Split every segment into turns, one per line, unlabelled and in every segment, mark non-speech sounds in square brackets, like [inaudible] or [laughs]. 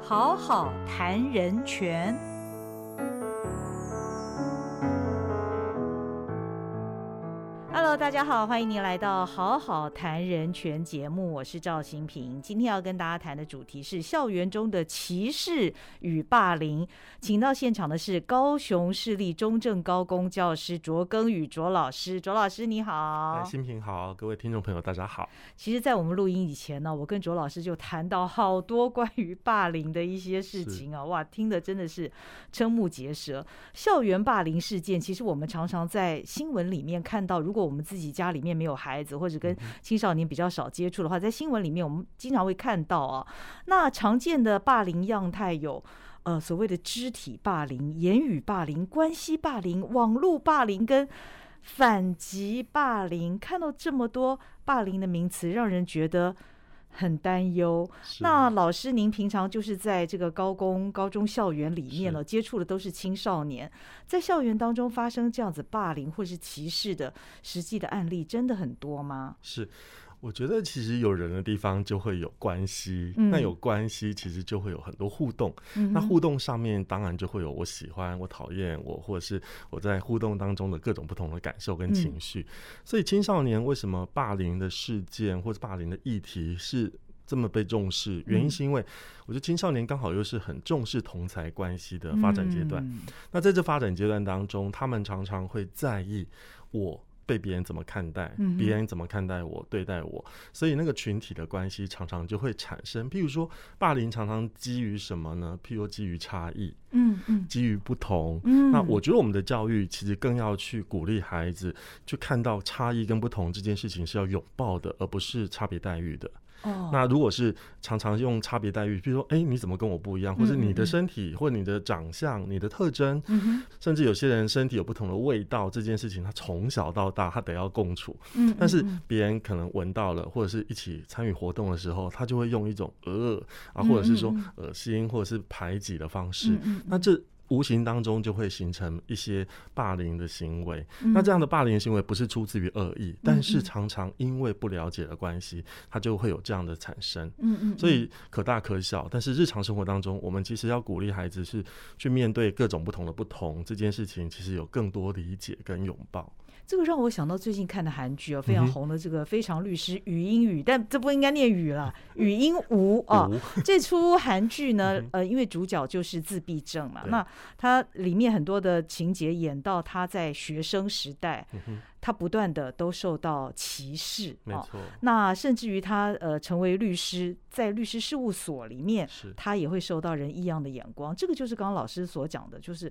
好好谈人权。Hello，大家好，欢迎您来到《好好谈人权》节目，我是赵新平。今天要跟大家谈的主题是校园中的歧视与霸凌。请到现场的是高雄市立中正高工教师卓耕宇卓老师，卓老师你好。
哎，新平好，各位听众朋友，大家好。
其实，在我们录音以前呢，我跟卓老师就谈到好多关于霸凌的一些事情啊，哇，听的真的是瞠目结舌。校园霸凌事件，其实我们常常在新闻里面看到，如果我们自己家里面没有孩子，或者跟青少年比较少接触的话，在新闻里面我们经常会看到啊。那常见的霸凌样态有。呃，所谓的肢体霸凌、言语霸凌、关系霸凌、网络霸凌跟反击霸凌，看到这么多霸凌的名词，让人觉得很担忧。
是
那老师，您平常就是在这个高工、高中校园里面呢，接触的都是青少年，在校园当中发生这样子霸凌或是歧视的实际的案例，真的很多吗？
是，我觉得其实有人的地方就会有关系，
嗯
那有关系其实就会有很多互动。
嗯
那
哼
互动上面当然就会有我喜欢、我讨厌、我或者是我在互动当中的各种不同的感受跟情绪。
嗯
所以青少年为什么霸凌的事件或者霸凌的议题是？这么被重视，原因
嗯
是因为我觉得青少年刚好又是很重视同才关系的发展阶段，
嗯
那在这发展阶段当中，他们常常会在意我被别人怎么看待
嗯哼，
别、人怎么看待我、对待我，所以那个群体的关系常常就会产生。譬如说，霸凌常常基于什么呢？譬如基于差异，
嗯嗯
基于不同。
嗯，
那我觉得我们的教育其实更要去鼓励孩子去看到差异跟不同这件事情是要拥抱的，而不是差别待遇的。
哦
那如果是常常用差别待遇，比如说，哎、你怎么跟我不一样，或者你的身体，或者你的长相、你的特征，
嗯哼
甚至有些人身体有不同的味道，这件事情他从小到大他得要共处，
嗯嗯
但是
嗯
别人可能闻到了，或者是一起参与活动的时候，他就会用一种呃啊，
嗯
或者是说
嗯
恶心或者是排挤的方式
嗯，嗯
那这。无形当中就会形成一些霸凌的行为，
嗯
那这样的霸凌行为不是出自于恶意，但是常常因为不了解的关系，它就会有这样的产生。
嗯嗯，
所以可大可小，但是日常生活当中，我们其实要鼓励孩子是去面对各种不同的不同这件事情，其实有更多理解跟拥抱。
这个让我想到最近看的韩剧啊，非
嗯
常红的这个《非常律师禹英语》，但这不应该念语了，
嗯
语音无啊。
无 [laughs]
这出韩剧呢，呃，因为主角就是自闭症嘛，
嗯对
那它里面很多的情节演到他在学生时代，他不断的都受到歧视
嗯没
啊。
错，
那甚至于他呃成为律师，在律师事务所里面，
是
他也会受到人异样的眼光。这个就是刚刚老师所讲的，就是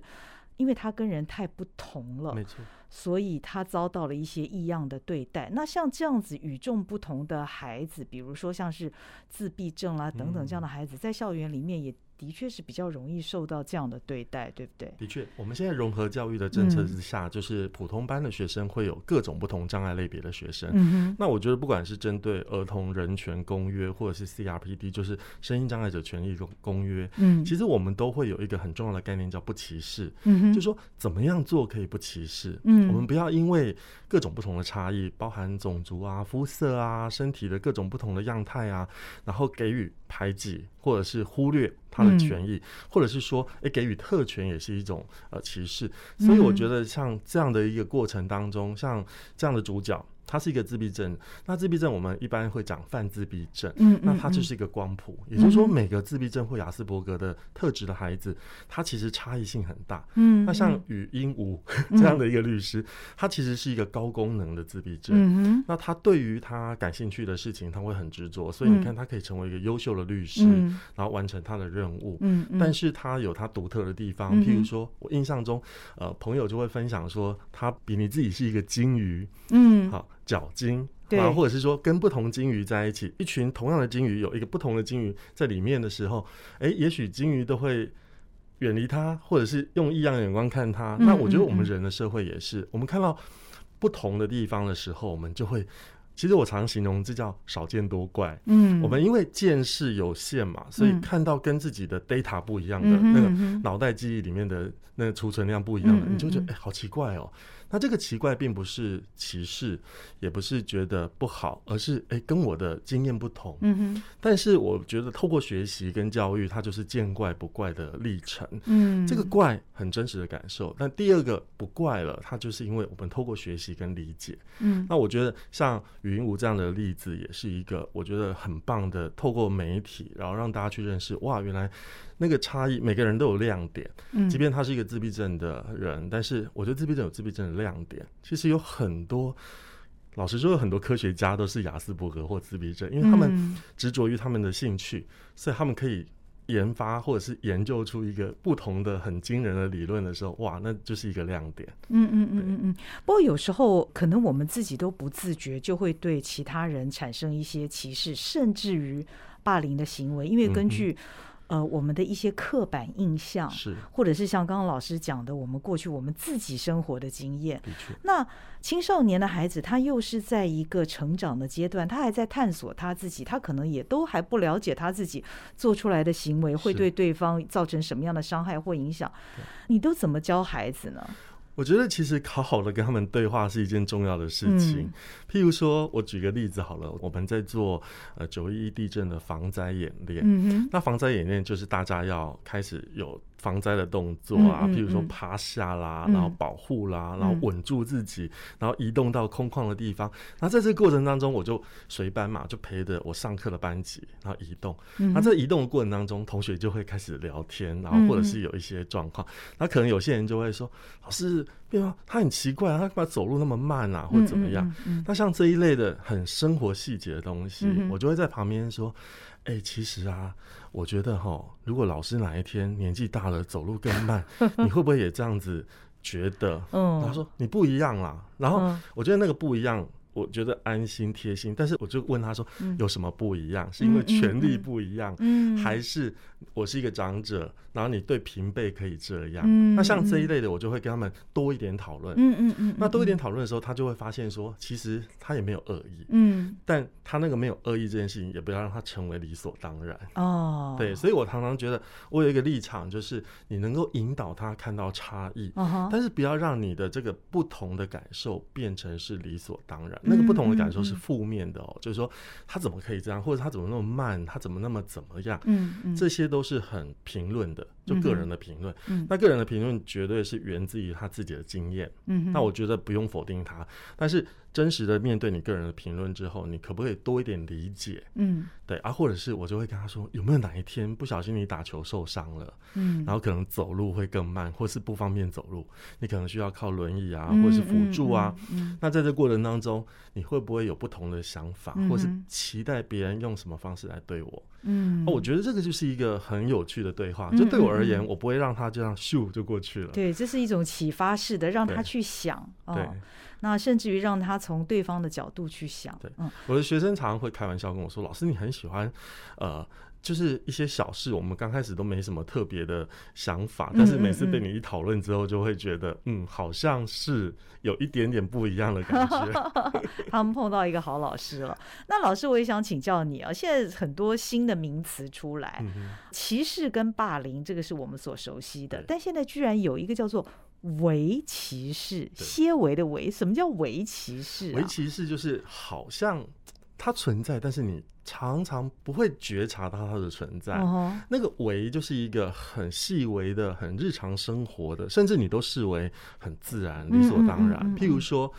因为他跟人太不同了，
没错，
所以他遭到了一些异样的对待。那像这样子与众不同的孩子，比如说像是自闭症啦、等等这
嗯
样的孩子，在校园里面也的确是比较容易受到这样的对待，对不对？
的确，我们现在融合教育的政策
嗯
之下，就是普通班的学生会有各种不同障碍类别的学生。
嗯
那我觉得，不管是针对《儿童人权公约》或者是 CRPD，就是《声音障碍者权利公公约》，
哼，嗯
其实我们都会有一个很重要的概念叫不歧视。
嗯哼，
就说怎么样做可以不歧视，
嗯
我们不要因为各种不同的差异，包含种族啊、肤色啊、身体的各种不同的样态啊，然后给予排挤或者是忽略他的权
嗯
益，或者是说，诶，给予特权也是一种呃歧视。
嗯
所以我觉得像这样的一个过程当中，像这样的主角。他是一个自闭症，那自闭症我们一般会讲泛自闭症，
嗯嗯嗯
那它就是一个光谱，也就是说每个自闭症或雅斯伯格的特质的孩子，他其实差异性很大，
嗯，
那像语音无这样的一个律师，他其实是一个高功能的自闭症。
嗯哼，
那他对于他感兴趣的事情，他会很执着，所以你看，他可以成为一个优秀的律师，
嗯
然后完成他的任务。
嗯嗯，
但是他有他独特的地方，
嗯哼
譬如说，我印象中，呃，朋友就会分享说，他比你自己是一个金鱼，
嗯
好，角鲸，
对
然后或者是说跟不同鲸鱼在一起，一群同样的鲸鱼有一个不同的鲸鱼在里面的时候，诶，也许鲸鱼都会。远离它，或者是用异样的眼光看它。
嗯
那我觉得我
嗯嗯
们人的社会也是，我们看到不同的地方的时候，我们就会。其实我常形容这叫少见多怪。
嗯，
我们因为见识有限嘛，所以
嗯
看到跟自己的 data 不一样的
嗯哼
那个
嗯哼
脑袋记忆里面的那个储存量不一样的，
嗯嗯
你就觉得
嗯
哎、好奇怪哦。那这个奇怪并不是歧视，也不是觉得不好，而是哎、跟我的经验不同。
嗯哼，
但是我觉得透过学习跟教育，它就是见怪不怪的历程。
嗯，
这个怪很真实的感受，但第二个不怪了，它就是因为我们透过学习跟理解。
嗯
那我觉得像语音无这样的例子，也是一个我觉得很棒的，透过媒体，然后让大家去认识，哇，原来那个差异，每个人都有亮点。
嗯，
即便他是一个自闭症的人，但是我觉得自闭症有自闭症的亮点。其实有很多，老实说，有很多科学家都是雅斯伯格或自闭症，因为他们
嗯
执着于他们的兴趣，所以他们可以研发或者是研究出一个不同的很惊人的理论的时候，哇，那就是一个亮点。
嗯嗯嗯嗯嗯。不过有时候可能我们自己都不自觉，就会对其他人产生一些歧视，甚至于霸凌的行为，因为根据、呃我们的一些刻板印象，
是，
或者是像刚刚老师讲的，我们过去我们自己生活的经验。
的确，
那青少年的孩子，他又是在一个成长的阶段，他还在探索他自己，他可能也都还不了解他自己做出来的行为会
是
对对方造成什么样的伤害或影响。你都怎么教孩子呢？
我觉得其实好好的跟他们对话是一件重要的事情。
嗯
譬如说，我举个例子好了，我们在做呃九一一地震的防灾演练。
嗯
那防灾演练就是大家要开始有防灾的动作
嗯
啊，
嗯
譬如说
嗯
趴下啦，
嗯
然后保护啦，然后
嗯
稳住自己，然后移动到空旷的地方。那在这个过程当中，我就随班嘛，就陪着我上课的班级，然后移动。
哼，
那在移动的过程当中，同学就会开始聊天，然
嗯
后或者是有一些状况，那可能有些人就会说：“老师，对啊，他很奇怪啊，他干嘛走路那么慢啊，或者怎么样？”
嗯？嗯嗯
那像这一类的很生活细节的东西，
嗯哼
我就会在旁边说：“哎、其实啊，我觉得哈，如果老师哪一天年纪大了，走路更
[laughs]
慢，你会不会也这样子觉得？”
嗯
然后说：“哦你不一样啦。”然后
嗯
我觉得那个不一样，我觉得安心贴心，但是我就问他说：“
嗯
有什么不一样？是因为
嗯嗯
权力
嗯
不一样，
嗯
还是我是一个长者，然后你对平辈可以这样？”
嗯
那像这一
嗯
类的，我就会跟他们多一点讨论。
嗯嗯嗯，
那多一
嗯
点讨论的时候，他就会发现说，其实他也没有恶意，
嗯
但他那个没有恶意这件事情，也不要让他成为理所当然。
哦，
对，所以我常常觉得，我有一个立场，就是你能够引导他看到差异，
嗯哼，
但是不要让你的这个不同的感受变成是理所当然。那个不同的感受
嗯
是
嗯嗯
负面的哦，就是说他怎么可以这样，或者他怎么那么慢，他怎么那么怎么样。
嗯嗯，
这些都是很评论的，就个人的评论。
嗯
那个人的评论绝对是源自于他自己的经验，
嗯哼
那我觉得不用否定他，但是真实的面对你个人的评论之后，你可不可以多一点理解？
嗯
对啊，或者是我就会跟他说，有没有哪一天不小心你打球受伤了，
嗯，
然后可能走路会更慢，或是不方便走路，你可能需要靠轮椅啊，或者是辅助啊。
嗯，
那在这过程当中，你会不会有不同的想法，
嗯哼
或是期待别人用什么方式来对我？
嗯嗯，
哦我觉得这个就是一个很有趣的对话。
嗯
就对我而
嗯
言，
嗯
我不会让他这样咻就过去了。
对，这是一种启发式的，让他
对
去想
对
哦，那甚至于让他从对方的角度去想，
对
嗯
我的学生常常会开玩笑跟我说：“老师，你很喜欢，呃，就是一些小事，我们刚开始都没什么特别的想
嗯
法，但是每次被你一讨论之后，就会觉得，嗯，好像是有一点点不一样的感
[laughs]
觉。
他们碰到一个好老师了。那老师，我也想请教你啊，现在很多新的名词出来，
嗯哼
歧视跟霸凌，这个是我们所熟悉的
对，
但现在居然有一个叫做围歧视，些微的围，什么叫围歧视、”啊？
围棋是就是好像它存在，但是你常常不会觉察到它的存在。
哦
那个围就是一个很细微的、很日常生活的，甚至你都视为很自然、
嗯
理所当然。
嗯嗯嗯
譬如说，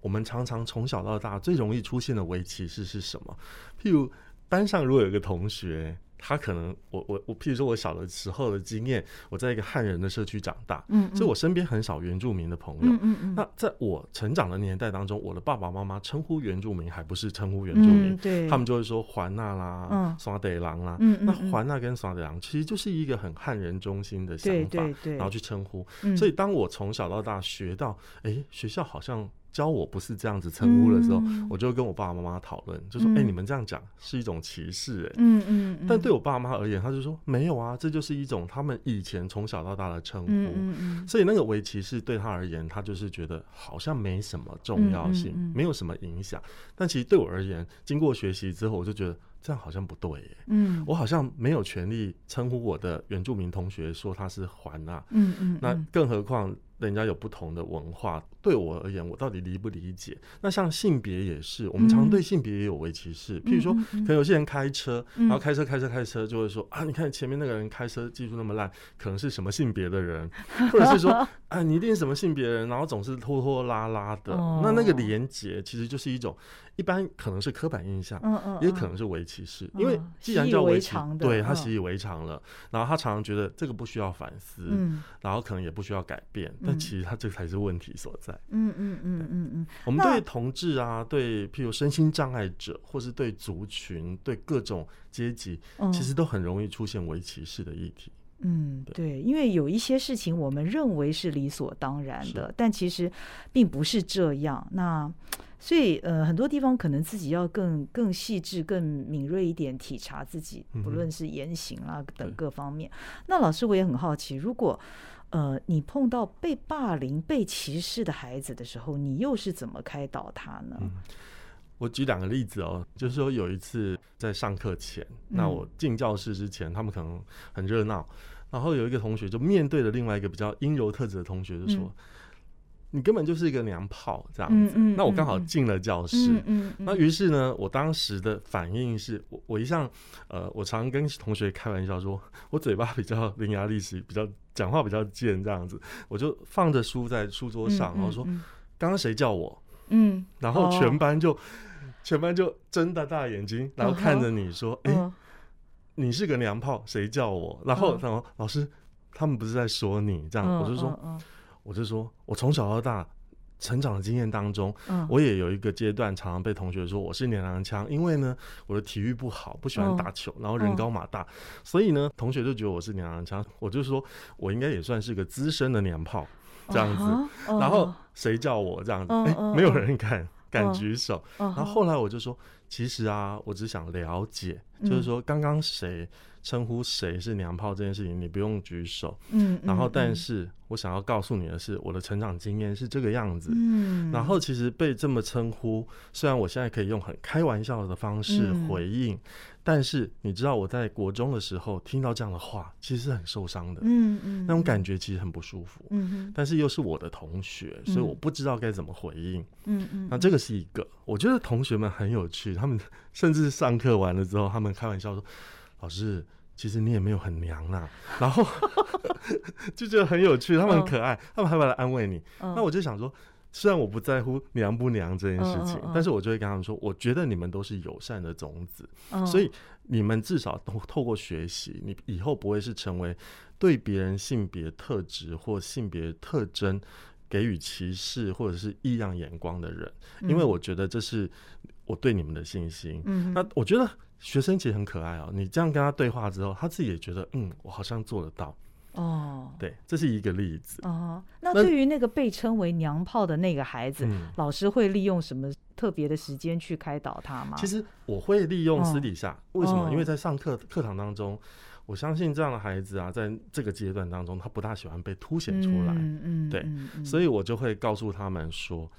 我们常常从小到大最容易出现的围歧视是什么？譬如班上如果有一个同学，他可能我我我，譬如说我小的时候的经验，我在一个汉人的社区长大，
嗯，
所以我身边很少原住民的朋友。
嗯嗯嗯，
那在我成长的年代当中，我的爸爸妈妈称呼原住民还不是称呼原住民
嗯，对，
他们就会说环纳啦
嗯、
刷得郎啦，
嗯嗯
那
嗯
环纳跟耍德郎其实就是一个很汉人中心的想
对
法，
对对，
然后去称呼。
嗯
所以当我从小到大学到，哎、学校好像教我不是这样子称呼的时候，
嗯
我就跟我爸爸妈妈讨论，就说：“哎、
嗯
你们这样讲是一种歧视、诶
嗯嗯嗯，
但对我爸妈而言，他就说：“没有啊，这就是一种他们以前从小到大的称呼。
嗯嗯嗯
所以那个围棋是对他而言，他就是觉得好像没什么重要性，
嗯嗯嗯
没有什么影响。但其实对我而言，经过学习之后，我就觉得这样好像不对耶，
嗯
我好像没有权利称呼我的原住民同学说他是环啊。
嗯嗯，
那
嗯
更何况人家有不同的文化对我而言，我到底理不理解？那像性别也是，我们常
嗯
对性别也有为歧视。譬如说，可能有些人开车，
嗯
然后开车开车开车，就会说啊，你看前面那个人开车技术那么烂，可能是什么性别的人， [laughs] 或者是
[laughs]
说啊，你一定是什么性别人，然后总是拖拖拉拉的。
哦
那那个连结其实就是一种，一般可能是刻板印象。
嗯嗯，
也可能是围棋士，因为既然叫
习
围
以为
棋
常，的
对他
嗯
习以为常了，然后他常常觉得这个不需要反思，
嗯
然后可能也不需要改变，但
嗯
其实他这才是问题所在。
嗯嗯嗯嗯嗯，
我们
那
对同志啊，对譬如身心障碍者，或是对族群、对各种阶级，
嗯
其实都很容易出现围歧视的议题。
嗯，对，因为有一些事情我们认为是理所当然
是
的，但其实并不是这样。那所以呃，很多地方可能自己要更更细致、更敏锐一点，体察自己，不
嗯哼
论是言行啦等
对
各方面。那老师，我也很好奇，如果呃你碰到被霸凌、被歧视的孩子的时候，你又是怎么开导他呢？
嗯我举两个例子哦，就是说有一次在上课前，那
嗯
我进教室之前，他们可能很热闹，然后有一个同学就面对着另外一个比较阴柔特质的同学，就说：“你根本就是一个娘炮这样子。
嗯嗯嗯
那我刚好
嗯嗯
进了教室，
嗯嗯嗯
那于是呢，我当时的反应是我我一向呃，我常跟同学开玩笑说，我嘴巴比较伶牙俐齿，比较讲话比较贱这样子，我就放着书在书桌上，然后哦说
嗯
刚刚谁叫我，
嗯
然后全
哦
班就、全班就睁大大眼睛，然后看着你说，哎、
嗯嗯
你是个娘炮，谁叫我？然后
嗯
然后老师他们不是在说你这样，
嗯
我就说
嗯
我就说我从小到大成长的经验当中，
嗯
我也有一个阶段，常常被同学说我是娘娘腔，因为呢我的体育不好，不喜
嗯
欢打球，然后人高马大，所以呢同学就觉得我是娘娘腔。我就说我应该也算是个资深的娘炮这样子。
啊哈
然后
哦
谁叫我这样子？
嗯
哎、
嗯
没有
嗯
人敢敢
嗯
举手。
嗯
然后
哼
后来我就说，其实啊，我只想了解，就是
嗯
说刚刚谁称呼谁是娘炮这件事情，你不用举手。
嗯，
然后，但
嗯
是我想要告诉你的是，我的成长经验是这个样子。
嗯，
然后其实被这么称呼，虽然我现在可以用很开玩笑的方式
嗯
回应，但是你知道我在国中的时候听到这样的话，其实是很受伤的，
嗯嗯，
那种感
觉，
觉其实很不舒服。
嗯
但是又是我的同学，所以我
嗯
不知道该怎么回应。
哼嗯嗯，
那这个是一个，我觉得同学们很有趣，他们 [laughs] 甚至上课完了之后，他们开玩笑说：“老师，其实你也没有很
[laughs]
娘啦、然后 [laughs] 就觉得很有趣，他们很可爱，他们还会来安慰你。
嗯
那我就想说。虽然我不在乎娘不娘这件事情，
嗯嗯嗯
但是我就会跟他们说，我觉得你们都是友善的种子，
嗯
呃所以你们至少都透过学习，你以后不会是成为对别人性别特质或性别特征给予歧视或者是异样眼光的人，
嗯
因为，我觉得这是我对你们的信心。
嗯嗯
那我觉得学生其实很可爱哦，你这样跟他对话之后，他自己也觉得，嗯，我好像做得到。
哼哦。
对，这是一个例子。
哦，那
那
对于那个被称为娘炮的那个孩子，
嗯
老师会利用什么特别的时间去开导他吗？
其实我会利用私底下，为什么？
哦
因为在上课课堂当中，我相信这样的孩子啊，在这个阶段当中，他不大喜欢被凸显出来。
嗯嗯，
对
嗯，
所
以，
以我就会告诉他们说，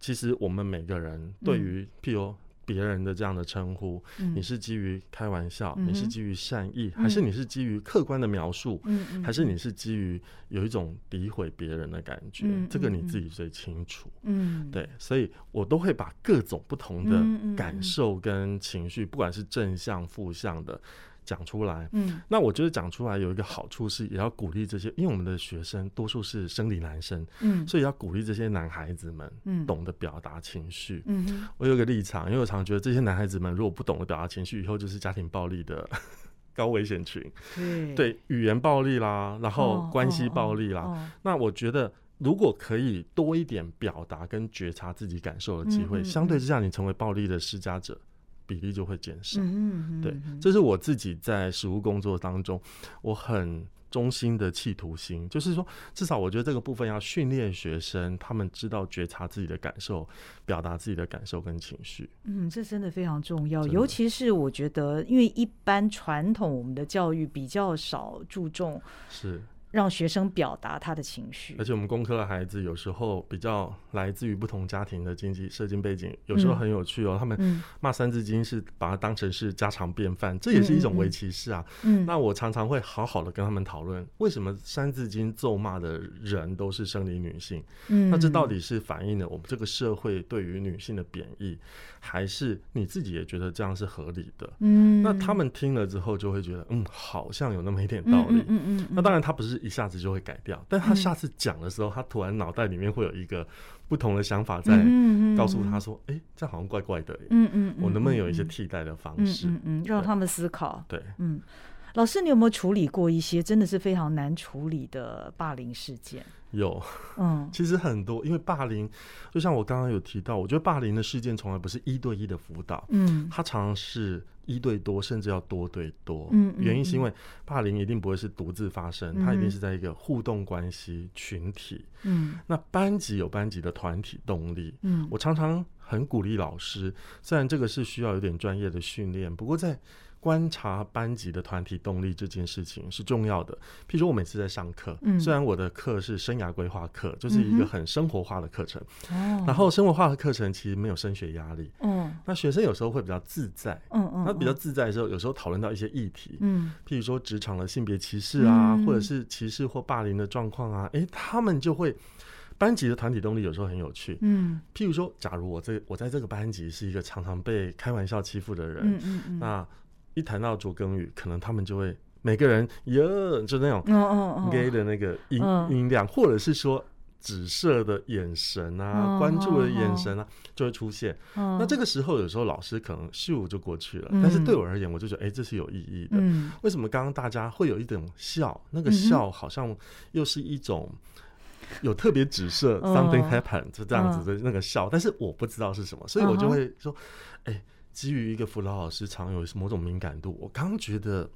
其实我们每个人对于譬如别人的这样的称呼，
嗯
你，是基于开玩笑，
嗯哼
你是基于善意，还是
嗯
你是基于客观的描述，
嗯嗯，
还是你是基于有一种诋毁别人的感觉
嗯？
这个
嗯
你
嗯
自己最清楚。
嗯，嗯，
对，所以我都会把各种不同的
嗯嗯
感
嗯
受跟情绪，不管是正向、负向的，讲出来。
嗯
那我觉得讲出来有一个好处是，也要鼓励这些，因为我们的学生多数是生理男生，
嗯，
所以要鼓励这些男孩子们
嗯，
懂得表达情绪。
嗯哼，
我有个立场，因为我常觉得这些男孩子们如果不懂得表达情绪，以后就是家庭暴力的 [laughs] 高危险群。
对，
对，语言暴力啦，然后
哦
关系暴力啦。，那我觉得。如果可以多一点表达跟觉察自己感受的机
嗯
会，
嗯
相对之下，你成为暴力的施加者比例就会减少。
嗯嗯，
对，这是我自己在实务工作当中，我很衷心的企图心，就是说，至少我觉得这个部分要训练学生，他们知道觉察自己的感受，表达自己的感受跟情绪。
嗯，这真的非常重要，
真
尤
的
其是我觉得，因为一般传统我们的教育比较少注重
是
让学生表达他的情绪
而。且我们工科的孩子有时候比较来自于不同家庭的经济社经背景，有时候很有趣哦。他们
嗯
骂《三字经》是把它当成是家常便饭，这也是一种围棋式啊。
嗯，
那我常常会好好的跟他们讨论，为什么《三字经》咒骂的人都是生理女性？
嗯
那这到底是反映了我们这个社会对于女性的贬义，还是你自己也觉得这样是合理的？
嗯，
那他们听了之后就会觉得，嗯，好像有那么一点道
嗯。
理
嗯嗯嗯，
那当然，他不是一下子就会改掉，但他下次讲的时候，他突然脑袋里面会有一个不同的想法，在
嗯
告诉他，说：“哎，这好像怪怪的耶，
嗯嗯嗯嗯，
我能不能有一些
嗯
替代的方
嗯
式
嗯嗯，让
对
他们思考？”。
对，
嗯，老师，你有没有处理过一些真的是非常难处理的霸凌事件？
有， [laughs]
嗯
其实很多，因为霸凌，就像我刚刚有提到，我觉得霸凌的事件从来不是一对一的辅导，
嗯
它常常是一对多，甚至要多对多。
嗯嗯
原因是因为霸凌一定不会是独自发生，它一
嗯哼
定是在一个互动关系、群体。
嗯
那班级有班级的团体动力。
嗯，
我常常很鼓励老师，虽然这个是需要有点专业的训练，不过在观察班级的团体动力这件事情是重要的。譬如我每次在上课，
嗯
虽然我的课是生涯规划课，就是
嗯
一
哼
个很生活化的课程，
哦，
然后生活化的课程其实没有升学压力，
嗯
那学生有时候会比较自在。
嗯嗯，
那比较
嗯
自在的时候，有时候讨论到一些议题，
嗯
譬如说职场的性别歧视啊，
嗯
或者是歧视或霸凌的状况啊，诶，他们就会班级的团体动力有时候很有趣。
嗯
譬如说，假如我这我在这个班级是一个常常被开玩笑欺负的人，
嗯嗯嗯，
那一谈到卓耕语，可能他们就会每个人耶，就那种
嗯嗯嗯
gay 的那个音、
嗯
音量，或者是说指涉的眼神啊，
嗯
关注的
嗯
眼神啊，就会出现。
嗯
那这个时候，有时候老师可能咻就过去了，
嗯
但是对我而言，我就觉得哎、这是有意义的。
嗯
为什么刚刚大家会有一种笑？那个
嗯哼
笑好像又是一种有特别指涉
嗯
something happen 就这样子的那个笑，但是我不知道是什么，所以我就会说，哎、基于一个辅导老师常有某种敏感度，我刚觉得。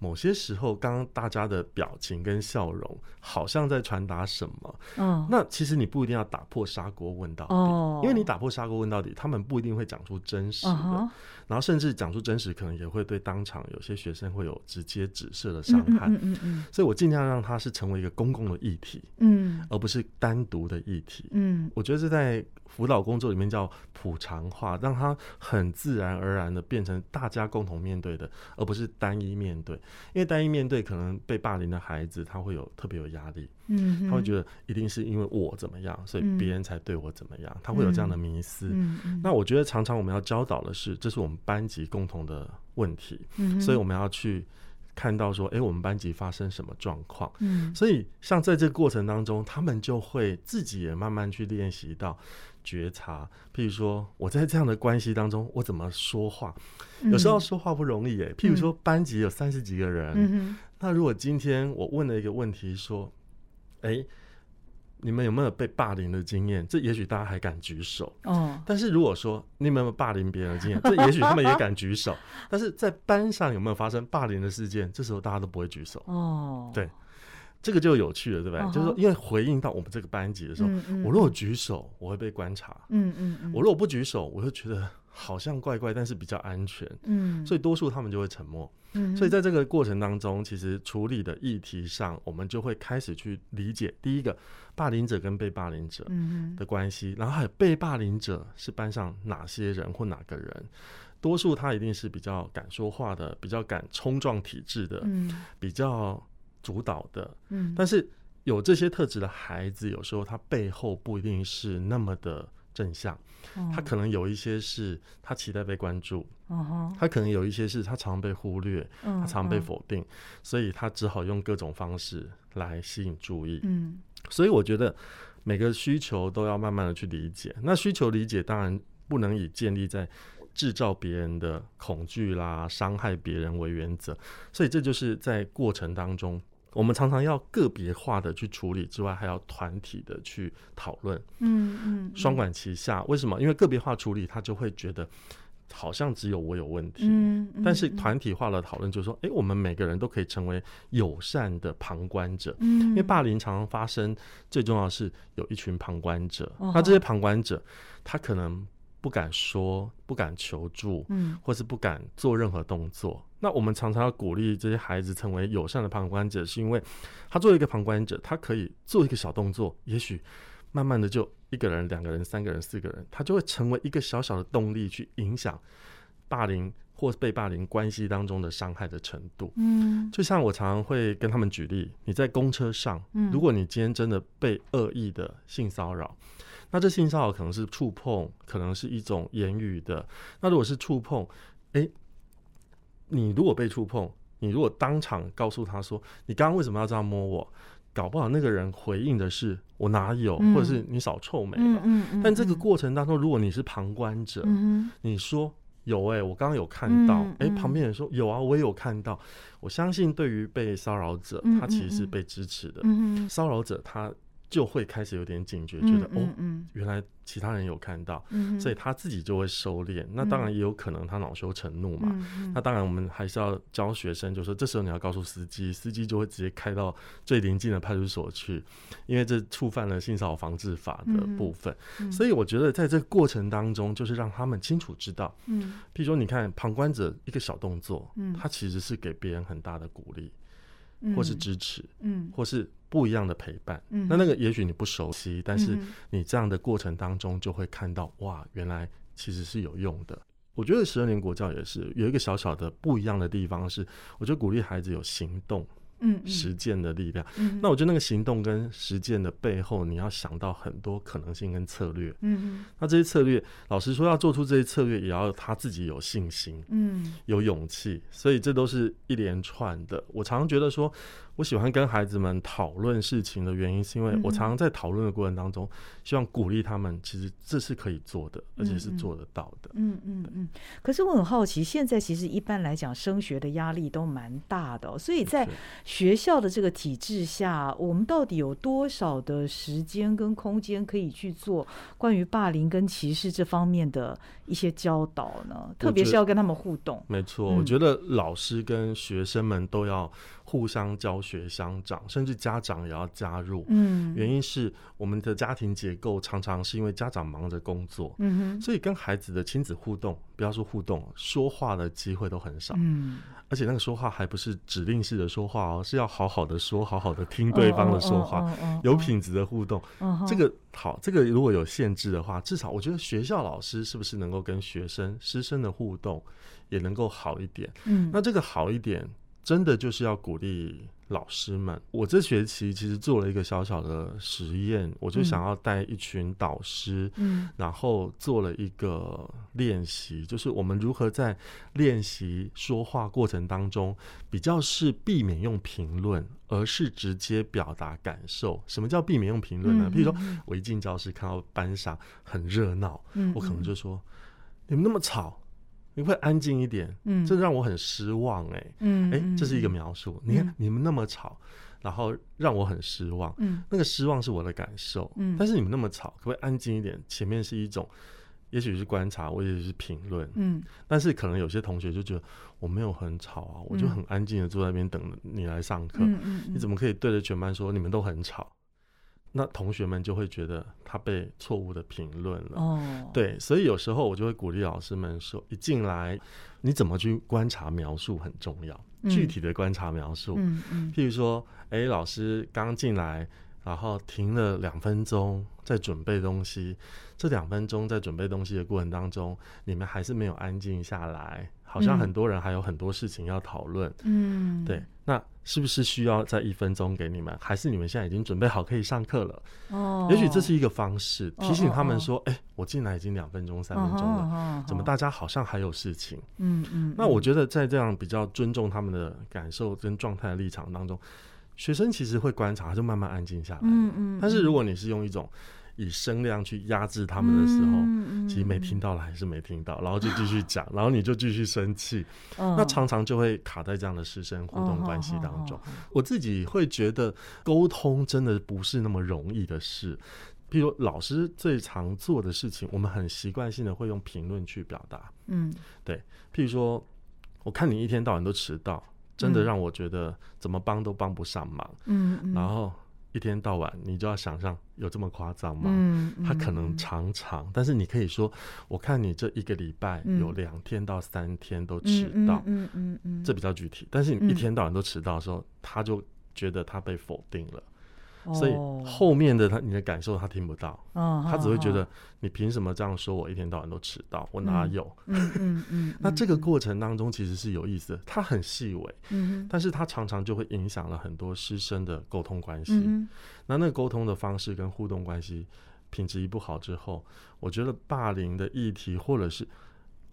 某些时候，刚刚大家的表情跟笑容好像在传达什么。
嗯
那其实你不一定要打破砂锅问到底，
哦
因为你打破砂锅问到底，他们不一定会讲出真实的。
嗯哼
然后甚至讲出真实，可能也会对当场有些学生会有直接指涉的伤
嗯嗯
害。
嗯嗯嗯
所以我尽量让它是成为一个公共的议题，
嗯
而不是单独的议题。
嗯
我觉得这在辅导工作里面叫普常化，让它很自然而然的变成大家共同面对的，而不是单一面对。因为单一面对，可能被霸凌的孩子他会有特别有压力，
嗯，
他会
得
觉得一定是因为我怎么样，所
嗯
以别人才对我怎么样，他会有这样的迷思。
嗯嗯，
那我觉得常常我们要教导的是，这是我们班级共同的问题，
嗯
所以我们要去看到说，诶，我们班级发生什么状况。
嗯
所以，像在这个过程当中，他们就会自己也慢慢去练习到觉察。譬如说，我在这样的关系当中，我怎么说话？
嗯
有时候说话不容易耶、譬如说，班级有三十几个人，
嗯
那如果今天我问了一个问题，说，诶，你们有没有被霸凌的经验？这也许大家还敢举手。
哼哦
但是如果说你们有没有霸凌别人的经
[laughs]
验，这也许他们也敢举手。但是在班上有没有发生霸凌的事件，这时候大家都不会举手，
哦
对这个就有趣了，对不对
嗯哼
就是说，因为回应到我们这个班级的时候，
嗯嗯
我如果举手，我会被观察；
嗯嗯嗯
我如果不举手，我就觉得好像怪怪，但是比较安全。
嗯
所以多数他们就会沉默。
以
所以在这个过程当中，其实处理的议题上，我们就会开始去理解第一个霸凌者跟被霸凌者。
嗯
的关系，然后还有被霸凌者是班上哪些人或哪个人。多数他一定是比较敢说话的，比较敢冲撞体制的，
嗯
比较主导的。
嗯，
但是有这些特质的孩子，有时候他背后不一定是那么的正向，
哦嗯
他可能有一些是他期待被关注，
能
他可能有一些是他常被忽略，他
他
常被否定，所以他只好用各种方式来吸引注意。
嗯
所以我觉得每个需求都要慢慢的去理解。那需求理解当然不能以建立在制造别人的恐惧啦、伤害别人为原则，所以这就是在过程当中。我们常常要个别化的去处理之外，还要团体的去讨论，
嗯嗯
双管齐下。为什么？因为个别化处理，他就会觉得好像只有我有问题，
嗯，嗯
但是团体化的讨论就是说，诶，我们每个人都可以成为友善的旁观者。
嗯，
因为霸凌常常发生，最重要的是有一群旁观者
哦，
那这些旁观者他可能不敢说、不敢求助，
嗯
或是不敢做任何动作。那我们常常要鼓励这些孩子成为友善的旁观者，是因为他作为一个旁观者，他可以做一个小动作，也许慢慢的就一个人、两个人、三个人、四个人，他就会成为一个小小的动力，去影响霸凌或被霸凌关系当中的伤害的程度。
嗯
就像我常常会跟他们举例，你在公车上，
嗯
如果你今天真的被恶意的性骚扰，那这性骚扰可能是触碰，可能是一种言语的。那如果是触碰，诶，你如果被触碰，你如果当场告诉他说你刚刚为什么要这样摸我，搞不好那个人回应的是我哪有，
嗯
或者是你少臭美
嗯
了。
嗯嗯，
但这个过程当中，如果你是旁观者，
嗯
你说有哎、我刚刚有看到，
嗯
哎、
嗯
旁边人说有啊，我也有看到。我相信对于被骚扰者
嗯，
他其实是被支持的
哼。嗯
骚扰者他就会开始有点警觉，
哼，
觉得
嗯
哦，
嗯
原来其他人有看到，
嗯，
所以他自己就会收敛。那当然也有可能他恼羞成怒嘛。
嘛
那当然，我们还是要教学生，就说这时候你要告诉司机，司机就会直接开到最临近的派出所去，因为这触犯了性骚扰防治法的
嗯
部分。
嗯
所以我觉得在这个过程当中，就是让他们清楚知道。
嗯
譬如说，你看旁观者一个小动作，
嗯
他其实是给别人很大的鼓励，
嗯，
或是支持，
嗯
或是不一样的陪伴。
嗯，
那那个也许你不熟悉，但是
嗯
你这样的过程当中就会看到，哇，原来其实是有用的。我觉得十二年国教也是有一个小小的不一样的地方是，我就鼓励孩子有行动、
嗯嗯
实践的力量。
嗯
那我觉得那个行动跟实践的背后，你要想到很多可能性跟策略。
嗯
那这些策略，老实说，要做出这些策略，也要他自己有信心。
嗯
有勇气，所以这都是一连串的。我常常觉得说，我喜欢跟孩子们讨论事情的原因，是因为
嗯哼
我常常在讨论的过程当中，希望鼓励他们，其实这是可以做的，而且是
嗯嗯
做得到的。
嗯嗯嗯。可是我很好奇，现在其实一般来讲，升学的压力都蛮大的哦、所以在
是
学校的这个体制下，我们到底有多少的时间跟空间可以去做关于霸凌跟歧视这方面的一些教导呢？特别是要跟他们互动。
没错，
嗯
我觉得老师跟学生们都要互相教学相长，甚至家长也要加入。
嗯
原因是我们的家庭结构常常是因为家长忙着工作，
嗯哼
所以跟孩子的亲子互动，不要说互动，说话的机会都很少。
嗯，
而且那个说话还不是指令式的说话哦，是要好好的说，好好的听对方的说话，
哦哦
有品质的互动。
哦哦
这个好，这个如果有限制的话，至少我觉得学校老师是不是能够跟学生、师生的互动也能够好一点？
嗯
那这个好一点，真的就是要鼓励老师们。我这学期其实做了一个小小的实验，我就
嗯
想要带一群导师，
嗯
然后做了一个练习，就是我们如何在练习说话过程当中，比较是避免用评论，而是直接表达感受。什么叫避免用评论呢？
嗯
譬如说
嗯嗯，
我一进教室看到班上很热闹，
嗯
我可能就说：“你们那么吵，你会安静一点。”
嗯
这让我很失望、欸。
嗯
哎，哎，这是一个描述。你看
嗯
你们那么吵，然后让我很失望。
嗯
那个失望是我的感受，
嗯
但是你们那么吵，可不可以安静一点？前面是一种，也许是观察，我也许是评论，
嗯
但是可能有些同学就觉得我没有很吵啊，我就很安静的坐在那边等你来上课，
嗯嗯，
你怎
么
么可以对着全班说你们都很吵？那同学们就会觉得他被错误的评论了。
哦？
对，所以有时候我就会鼓励老师们说，一进来，你怎么去观察描述很重要，
嗯
具体的观察描述。
嗯嗯
譬如说，哎、老师刚进来，然后停了两分钟在准备东西，这两分钟在准备东西的过程当中，你们还是没有安静下来，好
嗯
像很多人还有很多事情要讨论。
嗯，
对，那是不是需要在一分钟给你们？还是你们现在已经准备好可以上课了？
哦，
也许这是一个方式，
哦
提醒他
哦
们
哦
说，哎、我进来已经两分钟、三
哦
分钟了。
哦
怎么
哦
大家好像还有事情？
嗯嗯，
那我
嗯
觉得在这样比较尊重他们的感受跟状态的立场当中，学生其实会观察，他就慢慢安静下来。
嗯嗯，
但是
嗯
如果你是用一种以声量去压制他们的时候，
嗯
其实没听，到了还是没听到，然后就继续讲，然后你就继续生气，
嗯
那常常就会卡在这样的师生互动关系当
嗯
中。，我自己会觉得沟通真的不是那么容易的事。譬如老师最常做的事情，我们很习惯性的会用评论去表达。
嗯
譬如说，我看你一天到晚都迟到，真的
嗯
让我觉得怎么帮都帮不上忙。
嗯嗯，
然后一天到晚你就要想象有这么夸张吗？
嗯，
他可
嗯
能常常，但是你可以说，我看你这一个礼拜
嗯
有两天到三天都
嗯
迟到，
嗯嗯嗯嗯，
这比较具体。但是你一
嗯
天到晚都迟到的时候，他就觉得他被否定了，
哦
所以后面的他你的感受他听不到，
嗯
他只会觉，
好
得你凭什么这样说我一天到晚都迟到？我哪
嗯
有？
好嗯嗯嗯，
[laughs] 那这个
嗯
过程当中其实是有意思的，它很细微，
嗯
但是它常常就会影响了很多师生的沟通关系。
嗯
那那个沟通的方式跟互动关系品质一不好之后，我觉得霸凌的议题，或者是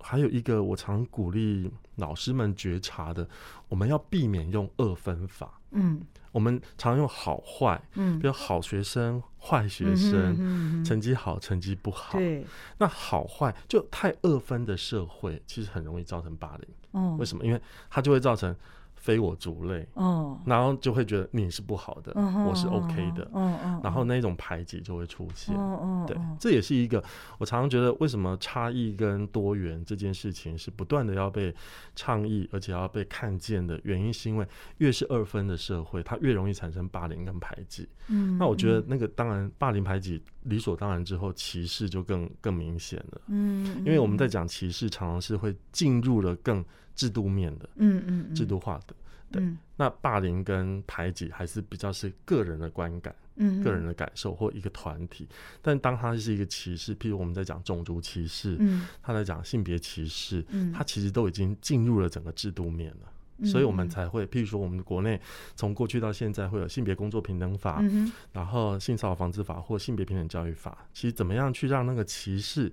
还有一个我常鼓励老师们觉察的，我们要避免用二分法。
嗯
我们常用好坏，
嗯，
比如好学生、坏学
嗯
生，
哼嗯哼
成绩好、成绩不好。
对，
那好坏就太二分的社会，其实很容易造成霸凌。
哦，
为什么？因为它就会造成非我族类，
哦，
然后就会觉得你是不好的，
嗯哼
我是
嗯
OK 的，
嗯嗯，
然后那种排挤就会出现。
嗯嗯，
对
嗯，
这也是一个我常常觉得为什么差异跟多元这件事情是不断的要被倡议，而且要被看见的原因，是因为越是二分的社会，它越容易产生霸凌跟排挤。
嗯，
那我觉得
嗯，
那个当然霸凌排挤理所当然之后，歧视就更更明显了，
嗯，
因为我们在
嗯，
讲歧视，常常是会进入了更制度面的、
嗯嗯嗯，
制度化的。对
嗯，
那霸凌跟排挤还是比较是个人的观感、
嗯，
个人的感受或一个团体，但当它是一个歧视，譬如我们在讲种族歧视，
嗯，
他在讲性别歧视，
嗯嗯，
它其实都已经进入了整个制度面了。所以我们
嗯
才会，譬如说，我们国内从过去到现在会有性别工作平等法，
嗯哼
然后性骚扰防治法或性别平等教育法，其实怎么样去让那个歧视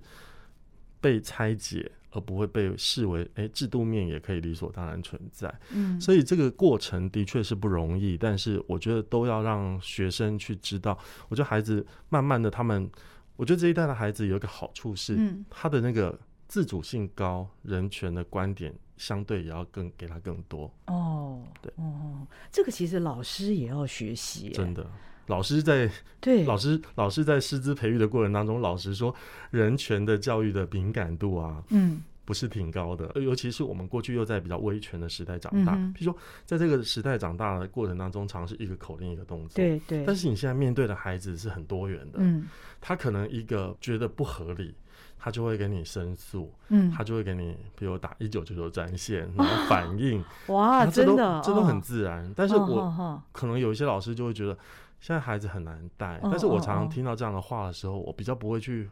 被拆解，而不会被视为诶制度面也可以理所当然存在。
嗯，
所以这个过程的确是不容易，但是我觉得都要让学生去知道。我觉得孩子慢慢的，他们，我觉得这一代的孩子有一个好处是，
嗯
他的那个自主性高，人权的观点相对也要更给他更多。
哦，
对
哦，哦，这个其实老师也要学习，
真的，老师在
对，
老师老师在师资培育的过程当中，老实说，人权的教育的敏感度啊，
嗯
不是挺高的，呃尤其是我们过去又在比较威权的时代长大，
嗯哼
譬如说，在这个时代长大的过程当中，常是一个口令一个动作。
对对，
但是你现在面对的孩子是很多元的，
嗯
他可能一个觉得不合理，他就会给你申诉，
嗯，
他就会给你，比如打一九九九专线，然后
[laughs]
反应，
哇，
那这
啊真
都
的，
这都很
哦，嗯
自然。但是我
我
可能有一些老师就会觉得，现在孩子很难带，
嗯
但是我常
嗯嗯
常听到这样的话的时候，我比较不会去。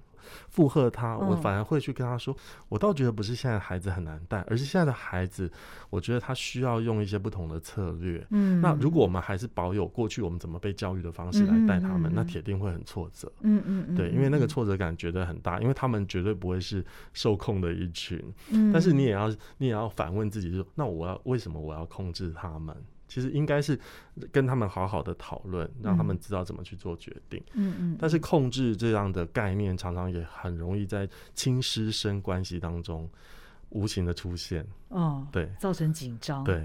附和他，我
嗯
反而会去跟他说，我倒觉得不是现在孩子很难带，而是现在的孩子，我觉得他需要用一些不同的策略，
嗯，
那如果我们还是保有过去我们怎么被教育的方式来带他
嗯嗯
们，
嗯嗯
那铁定会很挫折。
嗯嗯嗯，
对，因为那个
嗯，
挫折感觉得很大，因为他们绝对不会是受控的一群。
嗯
但是你也要，你也要反问自己说，那我要为什么我要控制他们？其实应该是跟他们好好的讨论，让他们知道怎么去做决定。
嗯嗯，
但是控制这样的概念，常常也很容易在亲师生关系当中无形的出现。
哦，
对，
造成紧张，
对，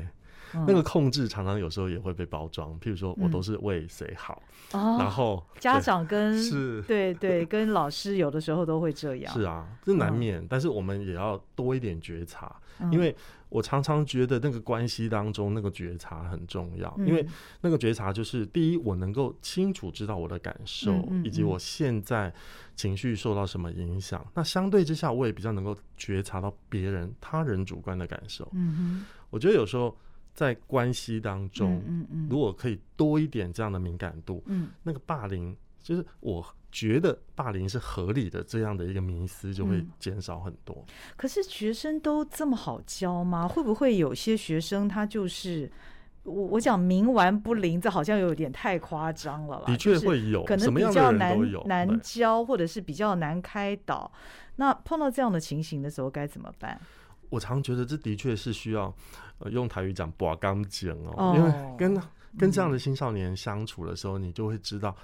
嗯，
那个控制常常有时候也会被包装，譬如说我
嗯
都是为谁好，然
哦，
后
家
对
长跟
是
对
[laughs]
对，跟老师有的时候都会这样，
是啊，这难
嗯
免，但是我们也要多一点觉察，
嗯，
因为我常常觉得那个关系当中那个觉察很重要，
嗯
因为那个觉察就是第一，我能够清楚知道我的感受，
嗯嗯
以及
嗯
我现在情绪受到什么影响，那相对之下，我也比较能够觉察到别人他人主观的感受。
嗯
我觉得有时候在关系当
哼，
中，
嗯嗯
如果可以多一点这样的敏感度，
嗯
那个霸凌就是我觉得霸凌是合理的这样的一个迷思就会
嗯
减少很多。
嗯，可是学生都这么好教吗？会不会有些学生他就是我我讲冥顽不灵，这好像有点太夸张了吧？嗯
的
就
确
是
会有，
可
什
能
么
比
样
较
的人
难
都有。
难
对
教，或者是比较难开导。那碰到这样的情形的时候该怎么办？
我常觉得这的确是需要，呃，用台语讲“把钢剪”
哦
哦，因为跟跟这样的青少年相处的时候，你就会知道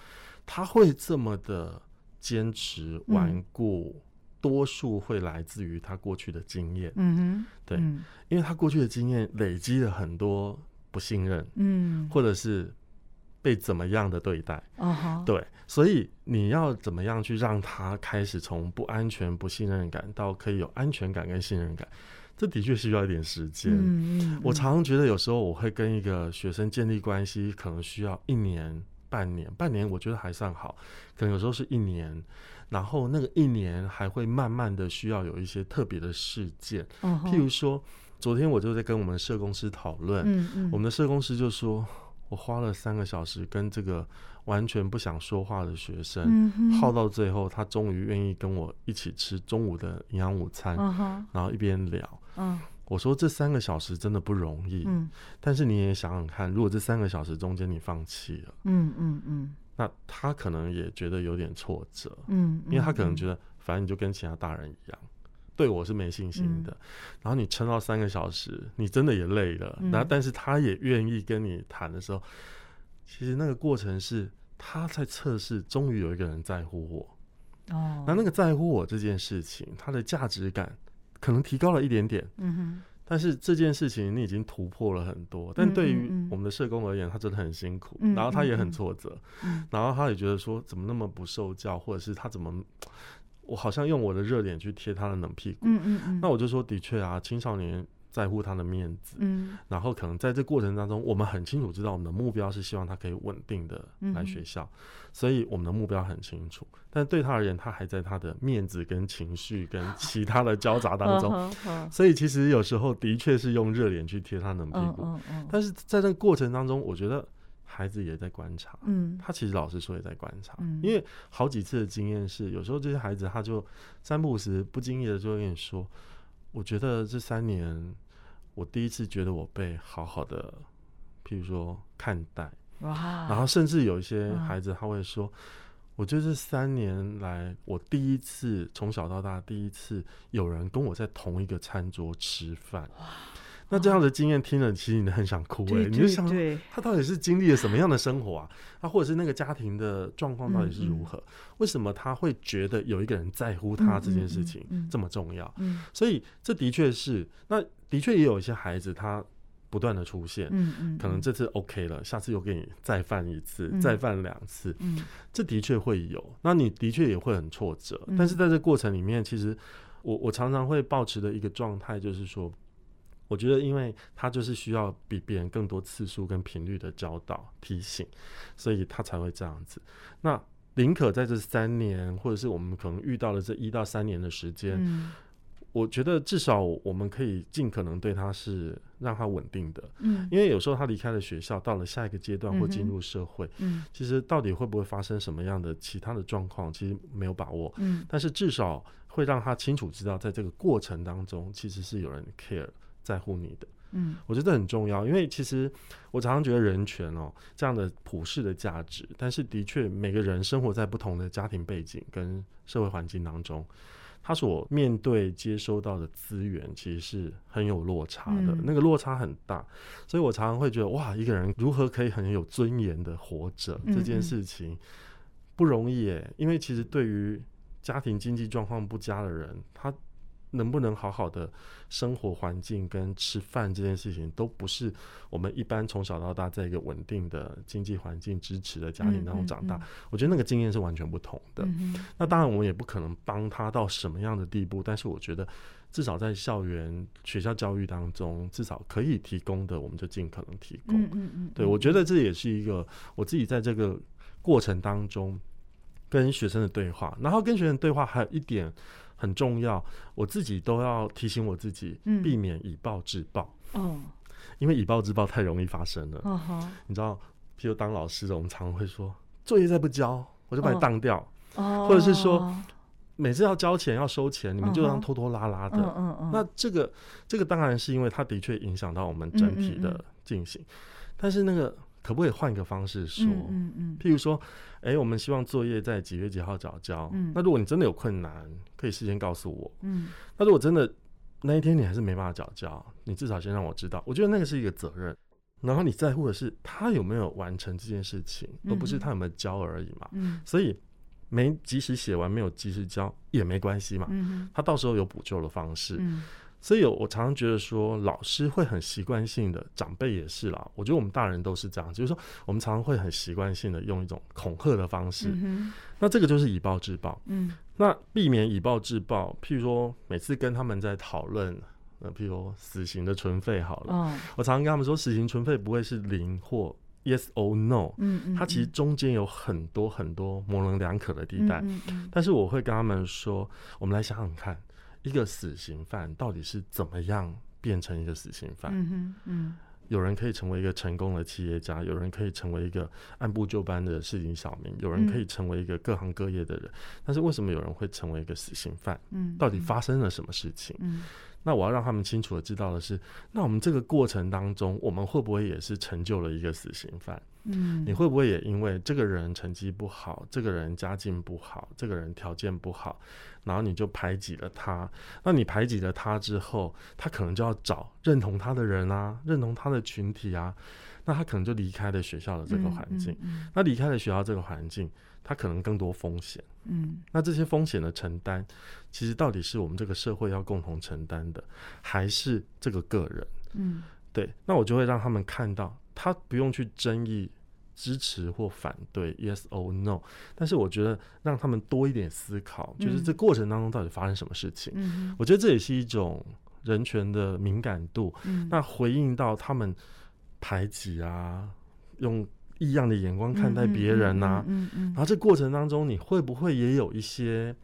他会这么的坚持
嗯
顽固。多数会来自于他过去的经验，
嗯哼，
对
嗯
因为他过去的经验累积了很多不信任，
嗯，
或者是被怎么样的对待。
哦哈，
对，所以你要怎么样去让他开始从不安全、不信任感到可以有安全感跟信任感，这的确需要一点时间。
嗯嗯，
我
嗯
常常觉得有时候我会跟一个学生建立关系，可能需要一年半年，半年我觉得还算好，可能有时候是一年，然后那个一年还会慢慢的需要有一些特别的事件，
嗯哼
譬如说，昨天我就在跟我们社工师讨论，
嗯嗯，
我们的社工师就说，我花了三个小时跟这个完全不想说话的学生
嗯哼
耗，到最后，他终于愿意跟我一起吃中午的营养午餐，
嗯哼，
然后一边聊。
嗯
我说这三个小时真的不容易，
嗯
但是你也想想看，如果这三个小时中间你放弃了，
嗯嗯嗯
那他可能也觉得有点挫折，
嗯，
因为他可能
嗯
觉得反正你就跟其他大人一样，对我是没信心的。然后你撑到三个小时，你真的也累了，
嗯
然后但是他也愿意跟你谈的时候，其实那个过程是他在测试，终于有一个人在乎我。
哦，
那那个在乎我这件事情，它的价值感可能提高了一点点，
嗯哼，
但是这件事情你已经突破了很多。但
嗯
对
嗯
于
嗯
我们的社工而言，他真的很辛苦，
嗯
然后他也
嗯嗯
很挫折，
嗯
然后他也觉得说怎么那么不受教，或者是他怎么我好像用我的热脸去贴他的冷屁股。
嗯嗯嗯，
那我就说，的确啊，青少年在乎他的面子，
嗯
然后可能在这过程当中，我们很清楚知道我们的目标是希望他可以稳定的
嗯
来学校，所以我们的目标很清楚。但对他而言，他还在他的面子跟情绪跟其他的交杂
[laughs]
当中，
嗯哼
所以其实有时候的确是用热脸去贴他冷屁
嗯
股。
嗯嗯，
但是在这个过程当中，我觉得孩子也在观察，
嗯
他其实老实说也在观察，
嗯
因为好几次的经验是，有时候这些孩子他就三不五时不经意的就会跟你说，我觉得这三年我第一次觉得我被好好的，譬如说看待，
哇，
然后甚至有一些
啊嗯
孩子他会说。我觉得这三年来，我第一次从小到大第一次有人跟我在同一个餐桌吃饭，那这样的经验听了，其实你很想哭哎、
对
你就
对
想
对，
他到底是经历了什么样的生活啊？啊，或者是那个家庭的状况到底是如
嗯
何？为什么他会觉得有一个人在乎他这件事情
嗯嗯嗯嗯
这么重要？
嗯
所以这的确是，那的确也有一些孩子他不断的出现。
嗯嗯，
可能这次 OK 了，下次又给你再犯一次，
嗯
再犯两次，
嗯
这的确会有。那你的确也会很挫折，
嗯
但是在这过程里面，其实我我常常会保持的一个状态就是说，我觉得因为他就是需要比别人更多次数跟频率的教导提醒，所以他才会这样子。那宁可在这三年，或者是我们可能遇到的这一到三年的时间，
嗯
我觉得至少我们可以尽可能对他是让他稳定的，
嗯
因为有时候他离开了学校，到了下一个阶段
嗯
或
哼
进入社会。
嗯
其实到底会不会发生什么样的其他的状况，其实没有把握，
嗯
但是至少会让他清楚知道，在这个过程当中，其实是有人 care 在乎你的。
嗯
我觉得很重要，因为其实我常常觉得人权哦这样的普世的价值，但是的确每个人生活在不同的家庭背景跟社会环境当中，他所面对接收到的资源其实是很有落差的，
嗯
那个落差很大，所以我常常会觉得哇，一个人如何可以很有尊严的活着
嗯
这件事情不容易耶，因为其实对于家庭经济状况不佳的人，他能不能好好的生活环境跟吃饭这件事情，都不是我们一般从小到大在一个稳定的经济环境支持的家庭当中长大，，我觉得那个经验是完全不同的。
嗯
那当然，我们也不可能帮他到什么样的地步，但是我觉得至少在校园学校教育当中，至少可以提供的，我们就尽可能提供。
嗯嗯嗯，
对，我觉得这也是一个我自己在这个过程当中跟学生的对话，然后跟学生对话还有一点很重要，我自己都要提醒我自己，
嗯
避免以暴制暴，
哦
因为以暴制暴太容易发生了。
哦好
你知道，譬如当老师的，我们常会说作业再不交，我就把你
哦
当掉。
哦，
或者是说每次要交钱要收钱，你们就这样
嗯哼
拖拖拉拉的。
嗯嗯嗯，
那这个这个当然是因为它的确影响到我们整体
嗯嗯
的
嗯
进行，但是那个可不可以换一个方式说？
嗯嗯
譬如说，哎、我们希望作业在几月几号早交。
嗯
那如果你真的有困难，可以事先告诉我。
嗯
那如果真的那一天你还是没办法早交，你至少先让我知道。我觉得那个是一个责任。然后你在乎的是他有没有完成这件事情，而不是
嗯哼
他有没有交而已嘛。
嗯
所以没及时写完，没有及时交也没关系嘛。
嗯
他到时候有补救的方式。
嗯
所以我常常觉得说，老师会很习惯性的，长辈也是啦。我觉得我们大人都是这样，就是说我们常常会很习惯性的用一种恐吓的方式。
嗯
那这个就是以暴制暴。
嗯
那避免以暴制暴，譬如说每次跟他们在讨论，呃，譬如说死刑的存废好了，
哦
我常常跟他们说，死刑存废不会是零或。 yes or no，
嗯嗯，
它其实中间有很多很多模棱两可的地带。
嗯嗯
但是我会跟他们说，我们来想想看，一个死刑犯到底是怎么样变成一个死刑犯？
嗯哼嗯
有人可以成为一个成功的企业家，有人可以成为一个按部就班的市井小民，有人
嗯
可以成为一个各行各业的人。但是为什么有人会成为一个死刑犯？
嗯，
到底发生了什么事情？
嗯
那我要让他们清楚的知道的是，那我们这个过程当中，我们会不会也是成就了一个死刑犯？
嗯，
你会不会也因为这个人成绩不好，这个人家境不好，这个人条件不好，然后你就排挤了他？那你排挤了他之后，他可能就要找认同他的人啊，认同他的群体啊，那他可能就离开了学校的这个环境。
嗯
那离开了学校这个环境，他可能更多风险。
嗯
那这些风险的承担，其实到底是我们这个社会要共同承担的，还是这个个人？
嗯
对，那我就会让他们看到，他不用去争议支持或反对 yes or no，但是我觉得让他们多一点思考，就是这
嗯
过程当中到底发生什么事情。
嗯
我觉得这也是一种人权的敏感度，
嗯，
那回应到他们排挤啊，用异样的眼光看待别人啊，
嗯嗯
然，后这过程当中，你会不会也有一些，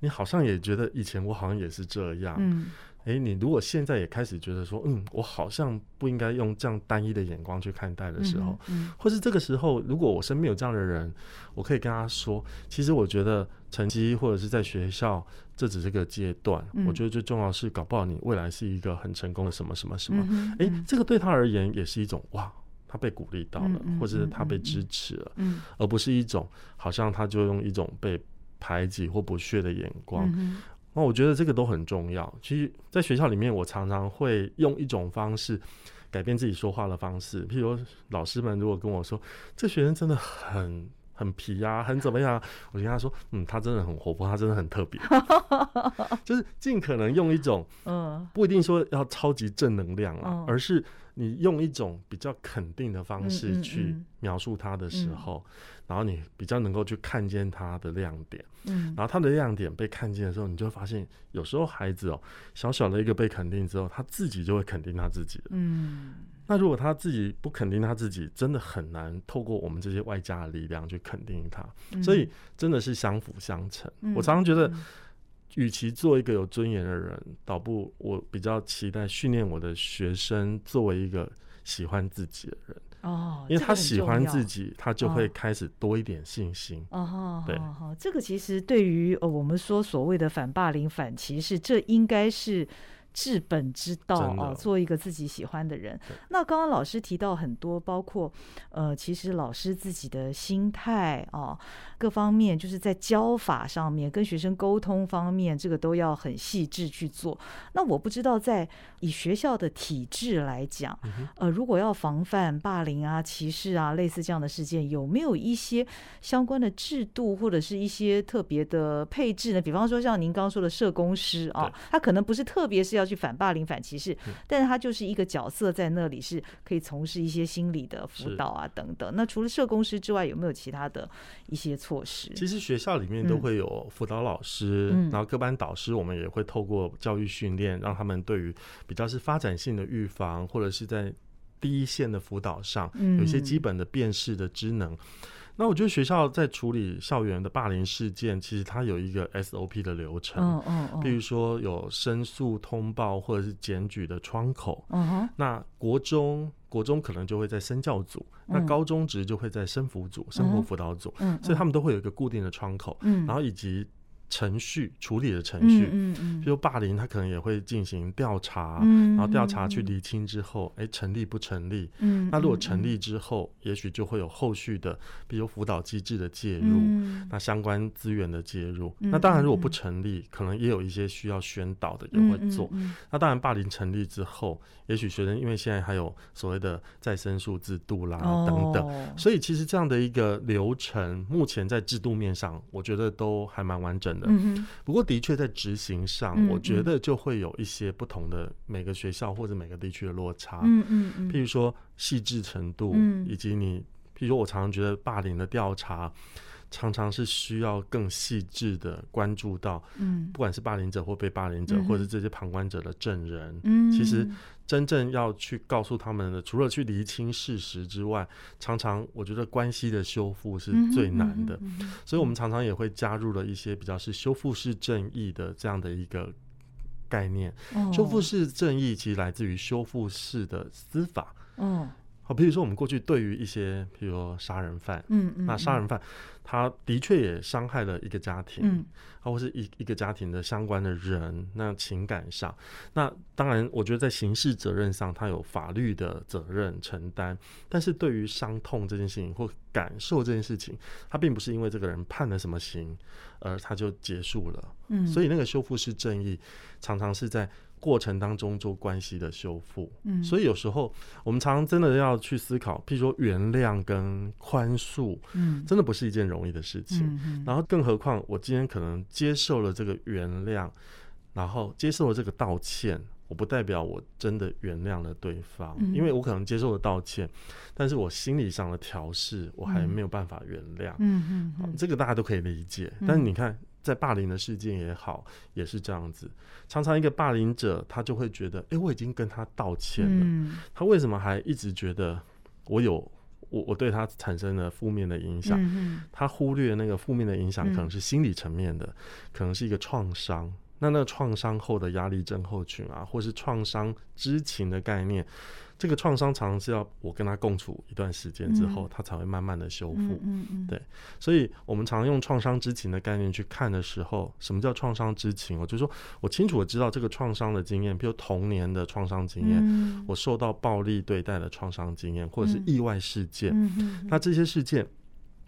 你好像也觉得以前我好像也是这样，
嗯
诶，你如果现在也开始觉得说，嗯，我好像不应该用这样单一的眼光去看待的时候，，
嗯
或是这个时候，如果我身边有这样的人，我可以跟他说，其实我觉得成绩或者是在学校，这只是个阶段，
嗯
我觉得最重要是搞不好你未来是一个很成功的什么什么什么，
嗯，
诶，这个对他而言也是一种哇。他被鼓励到了，
嗯嗯
或者是
嗯
他被
嗯
支
嗯
持了，
嗯，
而不是一种好像他就用一种被排挤或不屑的眼
嗯
光。那我觉得这个都很重要。其实，在学校里面，我常常会用一种方式改变自己说话的方式。譬如，老师们如果跟我说这学生真的很很皮啊，很怎么样啊，我就跟他说，嗯，他真的很活泼，他真的很特
[laughs]
别，就是尽可能用一种
嗯
不一定说要超级正能量啊
嗯，
而是你用一种比较肯定的方
嗯嗯
式
嗯
去描述他的时候，然后你比较能够去看见他的亮点。
嗯，
然后他的亮点被看见的时候，你就会发现，有时候孩子哦，小小的一个被肯定之后，他自己就会肯定他自己了。
嗯
那如果他自己不肯定他自己，真的很难透过我们这些外加的力量去肯定他。
嗯，
所以真的是相辅相成。我常常觉得，与其做一个有尊严的人，倒不我比较期待训练我的学生作为一个喜欢自己的人，
哦，
因为他喜欢自己，他就会
哦
开始多一点信心。
哦，
对
好好，这个其实对于呃我们说所谓的反霸凌、反歧视，这应该是治本之道
真的
啊、做一个自己喜欢的人。那刚刚老师提到很多，包括呃，其实老师自己的心态啊、各方面，就是在教法上面、跟学生沟通方面，这个都要很细致去做。那我不知道在以学校的体制来讲，
嗯
呃，如果要防范霸凌啊、歧视啊类似这样的事件，有没有一些相关的制度或者是一些特别的配置呢？比方说像您刚刚说的社工师啊
对，嗯
他可能不是特别是要去反霸凌、反歧视，但是他就是一个角色在那里，是可以从事一些心理的辅
是
导啊等等。那除了社工师之外，有没有其他的一些措施？
其实学校里面都
嗯
会有辅导老师，
嗯
然后各班导师，我们也会透过教育训练，让他们对于比较是发展性的预防，或者是在第一线的辅导上，有一些
嗯
基本的辨识的职能。那我觉得学校在处理校园的霸凌事件，其实它有一个 SOP 的流程，
嗯嗯嗯，
比如说有申诉通报或者是检举的窗口，
嗯哼，
那国中国中可能就会在身教组，那
嗯
高中职就会在生辅组、生活辅导组，
嗯，
所以他们都会有一个固定的窗口，
嗯，
然
后
后以及程序处理的程序，
嗯嗯
比如霸凌，他可能也会进行调查，
嗯，
然后调查去
理，
厘清之后，哎，成立不成立？
嗯，
那如果成立之后，也许就会有后续的，比如辅导机制的介入。
嗯，
那相关资源的介入，
嗯
那当然
嗯
如果
嗯
不成立，可能也有一些需要宣导的也
嗯
会做。，
嗯
那当然，霸凌成立之后，也许学生因为现在还有所谓的再申诉制度啦、
嗯
啊等等，
哦
所以其实这样的一个流程，目前在制度面上，我觉得都还蛮完整的。
嗯哼
不过，的确在执行上，
嗯
我觉得就会有一些不同的每个学校或者每个地区的落差，
嗯嗯嗯，
譬如说细致程度，
嗯
以及你，譬如说我常常觉得霸凌的调查。常常是需要更细致的关注到，
嗯
不管是霸凌者或被霸凌者，
嗯哼
或者是这些旁观者的证人。
嗯，
其实真正要去告诉他们的，除了去厘清事实之外，常常我觉得关系的修复是
嗯哼
最难的。，
嗯哼嗯哼
所以我们常常也会加入了一些比较是修复式正义的这样的一个概念。
哦
修复式正义其实来自于修复式的司法。
哦，
好，比如说我们过去对于一些，比如说杀人犯，
嗯嗯，
那杀人犯他的确也伤害了一个家庭，
嗯，
啊，或是一一个家庭的相关的人，那情感上，那当然，我觉得在刑事责任上，他有法律的责任承担，但是对于伤痛这件事情或感受这件事情，他并不是因为这个人判了什么刑，而他就结束了。
嗯嗯，
所
以
以那个修复式正义，常常是在过程当中做关系的修复。
嗯，
所以有时候我们常常真的要去思考，譬如说原谅跟宽恕，
嗯
真的不是一件容易的事情。
嗯
然后，更何况我今天可能接受了这个原谅，然后接受了这个道歉，我不代表我真的原谅了对方，
嗯
因为我可能接受了道歉，但是我心理上的调试，我还
嗯
没有办法原谅。
嗯嗯
好
嗯
这个大家都可以理解，
嗯
但是你看。在霸凌的事件也好，也是这样子。常常一个霸凌者，他就会觉得，诶，我已经跟他道歉了，
嗯
他为什么还一直觉得我有我我对他产生了负面的影响？
嗯
他忽略那个负面的影响，
嗯
可能是心理层面的，可能是一个创伤。那那个创伤后的压力症候群啊，或是创伤知情的概念，这个创伤常常是要我跟他共处一段时间之后，
嗯
他才会慢慢的修复。
嗯嗯嗯，
对所以我们常用创伤知情的概念去看的时候，什么叫创伤知情？我就说我清楚的知道这个创伤的经验，比如童年的创伤经验，
嗯，
我受到暴力对待的创伤经验，或者是
嗯
意外事件。
嗯嗯
那这些事件，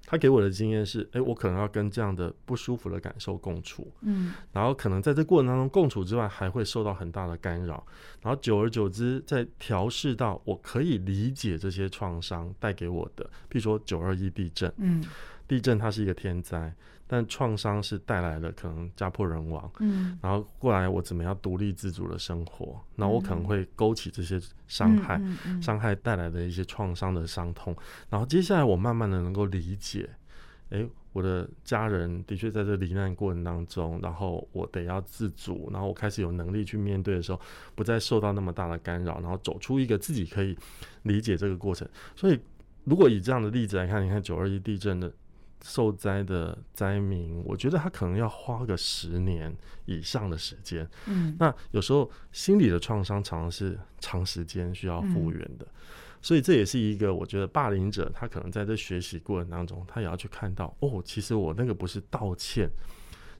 他给我的经验是，哎，我可能要跟这样的不舒服的感受共处，
嗯
然后可能在这过程当中共处之外，还会受到很大的干扰，然后久而久之，在调试到我可以理解这些创伤带给我的，譬如说九二一地震，
嗯
地震它是一个天灾，但创伤是带来了可能家破人亡。
嗯，
然后过来，我怎么样独立自主的生活？那我可能会勾起这些伤害，
嗯嗯
伤害带来的一些创伤的伤痛，然后接下来我慢慢的能够理解，诶，我的家人的确在这罹难过程当中，然后我得要自主，然后我开始有能力去面对的时候，不再受到那么大的干扰，然后走出一个自己可以理解这个过程。所以，如果以这样的例子来看，你看九二一地震的。受灾的灾民，我觉得他可能要花个十年以上的时间，
嗯
那有时候心理的创伤常常是长时间需要
嗯
复原的，所以这也是一个我觉得霸凌者他可能在这学习过程当中，他也要去看到哦，其实我那个不是道歉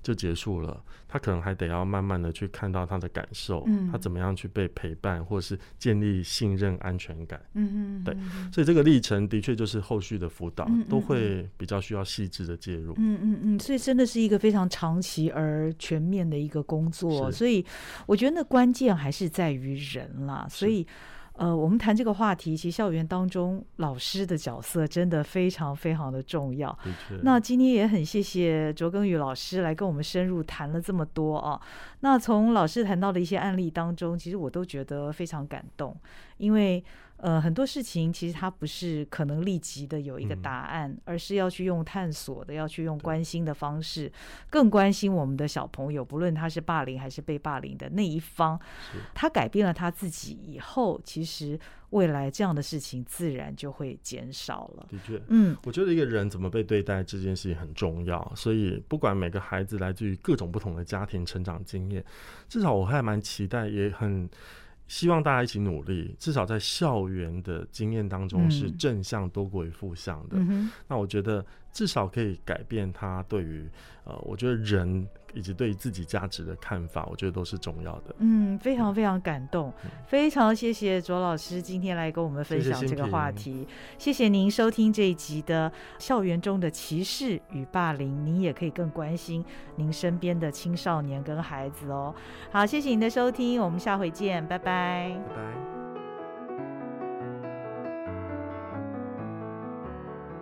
就结束了，他可能还得要慢慢的去看到他的感受，
嗯
他怎么样去被陪伴，或者是建立信任安全感。
嗯嗯，
对所以这个历程的确就是后续的辅导
嗯嗯嗯
都会比较需要细致的介入。
嗯嗯嗯，所以真的是一个非常长期而全面的一个工作，
是
所以我觉得那关键还是在于人啦。所以，呃，我们谈这个话题，其实校园当中老师的角色真的非常非常的重要。
的确，
那今天也很谢谢卓耕宇老师来跟我们深入谈了这么多啊。那从老师谈到的一些案例当中，其实我都觉得非常感动，因为呃很多事情其实它不是可能立即的有一个
嗯
答案，而是要去用探索的，要去用关心的方式，更关心我们的小朋友，不论他是霸凌还是被霸凌的那一方
是，
他改变了他自己以后，其实未来这样的事情自然就会减少了。
的确，
嗯
我觉得一个人怎么被对待这件事情很重要，所以不管每个孩子来自于各种不同的家庭成长经验，至少我还蛮期待，也很希望大家一起努力，至少在校园的经验当中
嗯
是正向多过于负向的。
嗯哼。
那我觉得至少可以改变他对于呃，我觉得人以及对于自己价值的看法，我觉得都是重要的。
嗯，非常非常感动，非常谢谢卓老师今天来跟我们分享
嗯谢谢
这
欣
个
平
话题。谢谢您收听这一集的《校园中的歧视与霸凌》，您也可以更关心您身边的青少年跟孩子哦。好，谢谢您的收听，我们下回见，拜拜。
拜拜。